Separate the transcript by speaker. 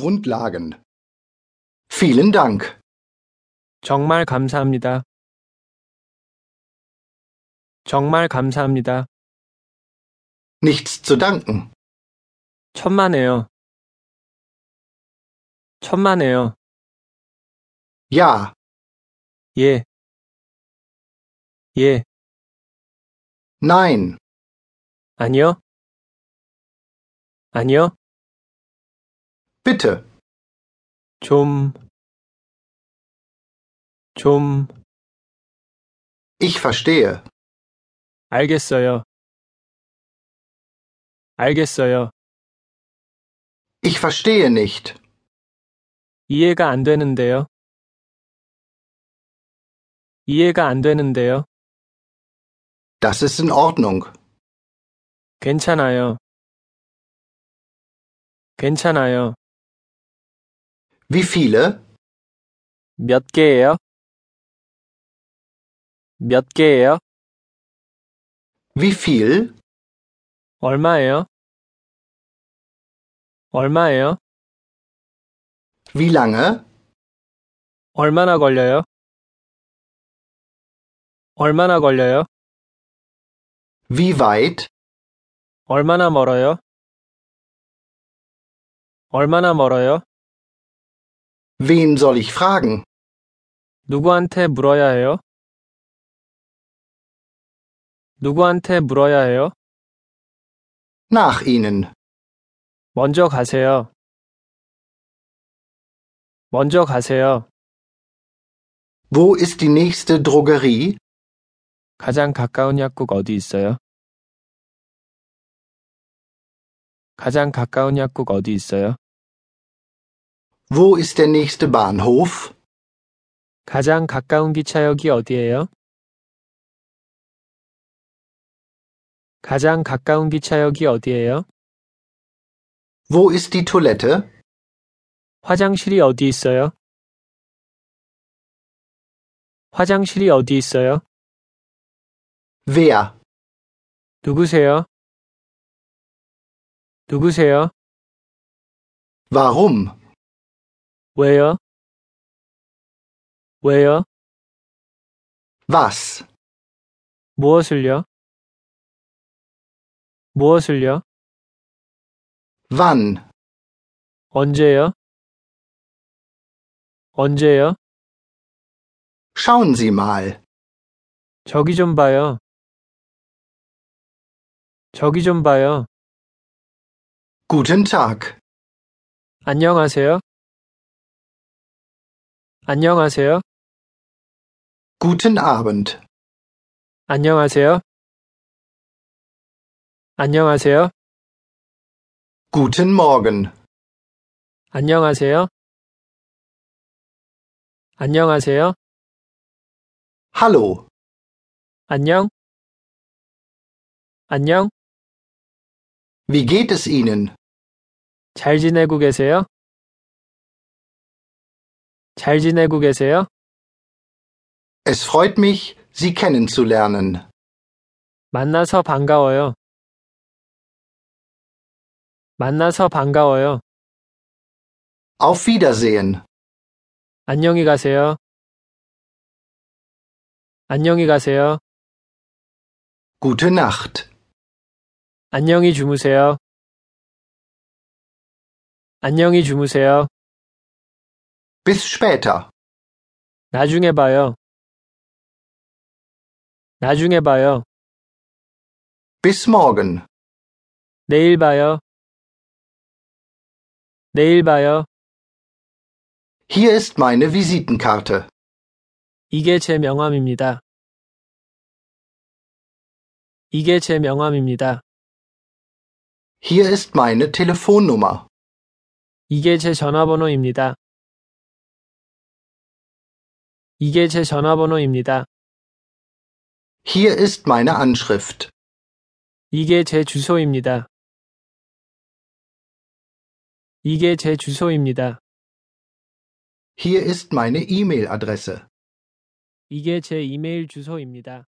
Speaker 1: Grundlagen. Vielen Dank.
Speaker 2: 정말 감사합니다. 정말 감사합니다.
Speaker 1: Nichts zu danken.
Speaker 2: 천만에요. 천만에요.
Speaker 1: Ja,
Speaker 2: 예. 예.
Speaker 1: nein,
Speaker 2: 아니요. 아니요.
Speaker 1: bitte,
Speaker 2: 좀. 좀.
Speaker 1: ich verstehe.
Speaker 2: 알겠어요. 알겠어요.
Speaker 1: Ich verstehe nicht.
Speaker 2: 이해가 안 되는데요. 이해가 안 되는데요.
Speaker 1: Das ist in Ordnung.
Speaker 2: 괜찮아요. 괜찮아요.
Speaker 1: Wie viele?
Speaker 2: 몇 개예요? 몇 개예요?
Speaker 1: Wie viel?
Speaker 2: 얼마예요? 얼마예요?
Speaker 1: Wie lange?
Speaker 2: 얼마나 걸려요? 얼마나 걸려요?
Speaker 1: Wie weit?
Speaker 2: 얼마나 멀어요? 얼마나 멀어요?
Speaker 1: Wen soll ich fragen?
Speaker 2: 누구한테 물어야 해요? 누구한테 물어야 해요?
Speaker 1: Nach Ihnen.
Speaker 2: 먼저 가세요. 먼저 가세요.
Speaker 1: Wo ist die nächste Drogerie?
Speaker 2: 가장 가까운 약국 어디 있어요? 가장 가까운 약국 어디 있어요?
Speaker 1: Wo ist der nächste Bahnhof?
Speaker 2: 가장 가까운 기차역이 어디예요? 가장 가까운 기차역이 어디예요?
Speaker 1: Wo ist die Toilette?
Speaker 2: 화장실이 어디 있어요? 화장실이 어디 있어요?
Speaker 1: Wer?
Speaker 2: 누구세요? 누구세요?
Speaker 1: Warum?
Speaker 2: 왜요? 왜요?
Speaker 1: Was?
Speaker 2: 무엇을요? 무엇을요?
Speaker 1: Wann?
Speaker 2: 언제요? 언제요?
Speaker 1: Schauen Sie mal.
Speaker 2: 저기 좀 봐요. 저기 좀 봐요.
Speaker 1: Guten Tag.
Speaker 2: 안녕하세요? 안녕하세요?
Speaker 1: Guten Abend.
Speaker 2: 안녕하세요? 안녕하세요?
Speaker 1: Guten Morgen.
Speaker 2: 안녕하세요? 안녕하세요?
Speaker 1: Hallo.
Speaker 2: 안녕? 안녕?
Speaker 1: Wie geht es Ihnen?
Speaker 2: 잘 지내고 계세요? 잘 지내고 계세요?
Speaker 1: Es freut mich, Sie kennenzulernen.
Speaker 2: 만나서 반가워요. 만나서 반가워요.
Speaker 1: Auf Wiedersehen.
Speaker 2: 안녕히 가세요. 안녕히 가세요.
Speaker 1: Gute Nacht.
Speaker 2: 안녕히 주무세요. 안녕히 주무세요.
Speaker 1: Bis später.
Speaker 2: 나중에 봐요. 나중에 봐요.
Speaker 1: Bis morgen.
Speaker 2: 내일 봐요. 내일 봐요.
Speaker 1: Hier ist meine Visitenkarte.
Speaker 2: 이게 제 명함입니다. 이게 제 명함입니다.
Speaker 1: Hier ist meine Telefonnummer.
Speaker 2: 이게 제 전화번호입니다. 이게 제 전화번호입니다.
Speaker 1: Hier ist meine Anschrift.
Speaker 2: 이게 제 주소입니다. 이게 제 주소입니다.
Speaker 1: Hier ist meine E-Mail-Adresse.
Speaker 2: 이게 제 이메일 주소입니다.